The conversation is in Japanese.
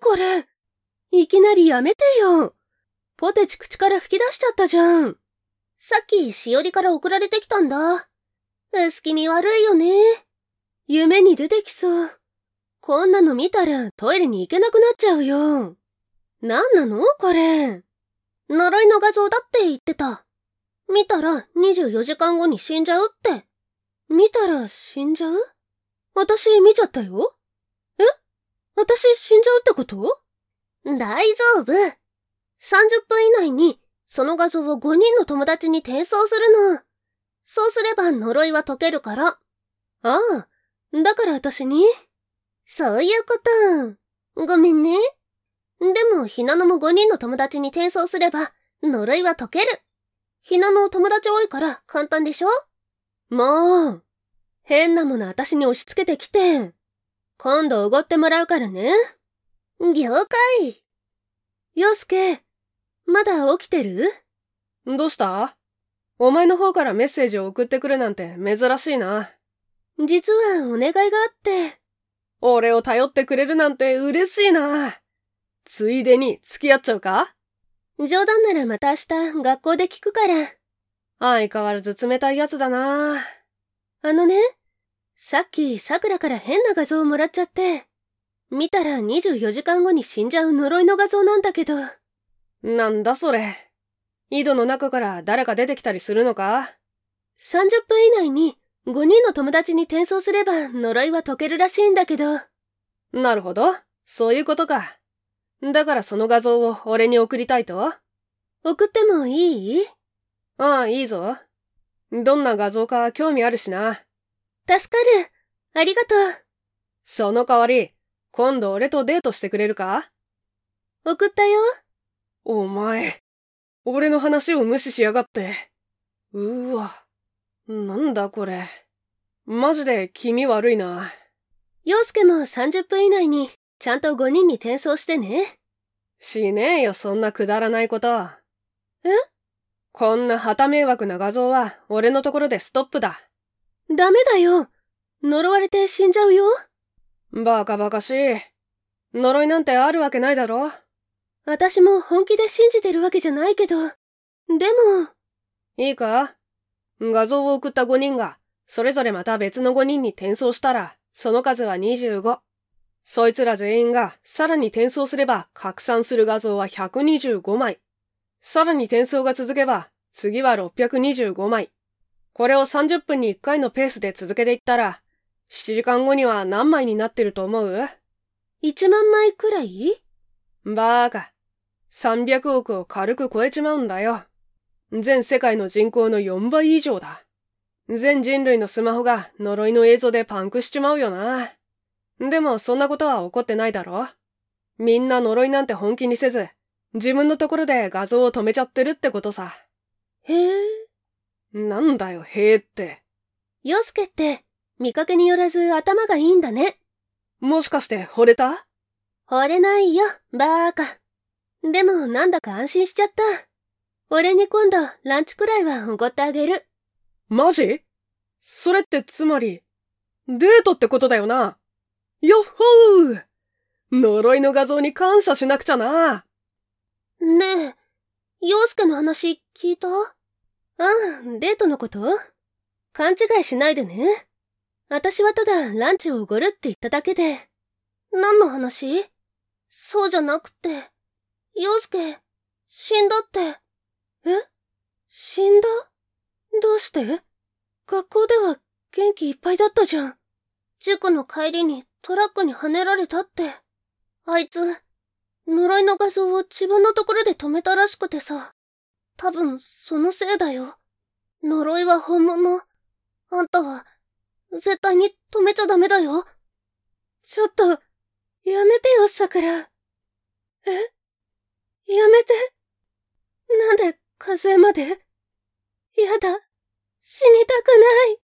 これ。いきなりやめてよ。ポテチ口から吹き出しちゃったじゃん。さっきしおりから送られてきたんだ。薄気味悪いよね。夢に出てきそう。こんなの見たらトイレに行けなくなっちゃうよ。なんなのこれ。呪いの画像だって言ってた。見たら24時間後に死んじゃうって。見たら死んじゃう私見ちゃったよ。え私死んじゃうってこと大丈夫。30分以内にその画像を5人の友達に転送するの。そうすれば呪いは解けるから。ああ、だから私にそういうこと。ごめんね。でも、ひなのも5人の友達に転送すれば、呪いは解ける。ひなの友達多いから簡単でしょもう、変なもの私に押し付けてきて。今度おごってもらうからね。了解。洋介、まだ起きてるどうしたお前の方からメッセージを送ってくるなんて珍しいな。実はお願いがあって。俺を頼ってくれるなんて嬉しいな。ついでに付き合っちゃうか冗談ならまた明日学校で聞くから。相変わらず冷たいやつだな。あのね、さっき桜から変な画像をもらっちゃって、見たら24時間後に死んじゃう呪いの画像なんだけど、なんだそれ。井戸の中から誰か出てきたりするのか30分以内に5人の友達に転送すれば呪いは解けるらしいんだけど、なるほど。そういうことか。だからその画像を俺に送りたいとあ送ってもいいあ、いいぞ。どんな画像か興味あるしな。助かる。ありがとその代わり、今度俺とデートしてくれるかう。送ったよ。お前、俺の話を無視しやがって。うーわ、なんだこれ。マジで気味悪いな。陽介も30分以内にちゃんと5人に転送してね。しねえよ、そんなくだらないこと。えこんな旗迷惑な画像は俺のところでストップだ。ダメだよ。呪われて死んじゃうよ。バカバカしい。呪いなんてあるわけないだろ。私も本気で信じてるわけじゃないけど、でも、いいか画像を送った5人が、それぞれまた別の5人に転送したら、その数は25。そいつら全員が、さらに転送すれば、拡散する画像は125枚。さらに転送が続けば、次は625枚。これを30分に1回のペースで続けていったら、7時間後には何枚になってると思う1万枚くらいバーカ。300億を軽く超えちまうんだよ。全世界の人口の4倍以上だ。全人類のスマホが呪いの映像でパンクしちまうよな。でもそんなことは起こってないだろみんな呪いなんて本気にせず、自分のところで画像を止めちゃってるってことさ。へえ。なんだよ、へーって。洋介って、見かけによらず頭がいいんだね。もしかして惚れた惚れないよ、バーカ。でもなんだか安心しちゃった。俺に今度ランチくらいはおごってあげる。マジそれってつまり、デートってことだよな。よっほー呪いの画像に感謝しなくちゃな。ねえ、洋介の話聞いたああ、デートのこと勘違いしないでね。私はただランチをおごるって言っただけで。何の話そうじゃなくて、洋介、死んだって。え死んだどうして学校では元気いっぱいだったじゃん。塾の帰りにトラックにはねられたって。あいつ、呪いの画像を自分のところで止めたらしくてさ。多分、そのせいだよ。呪いは本物。あんたは、絶対に止めちゃダメだよ。ちょっと、やめてよ、桜。えやめて。なんで、火星までやだ。死にたくない。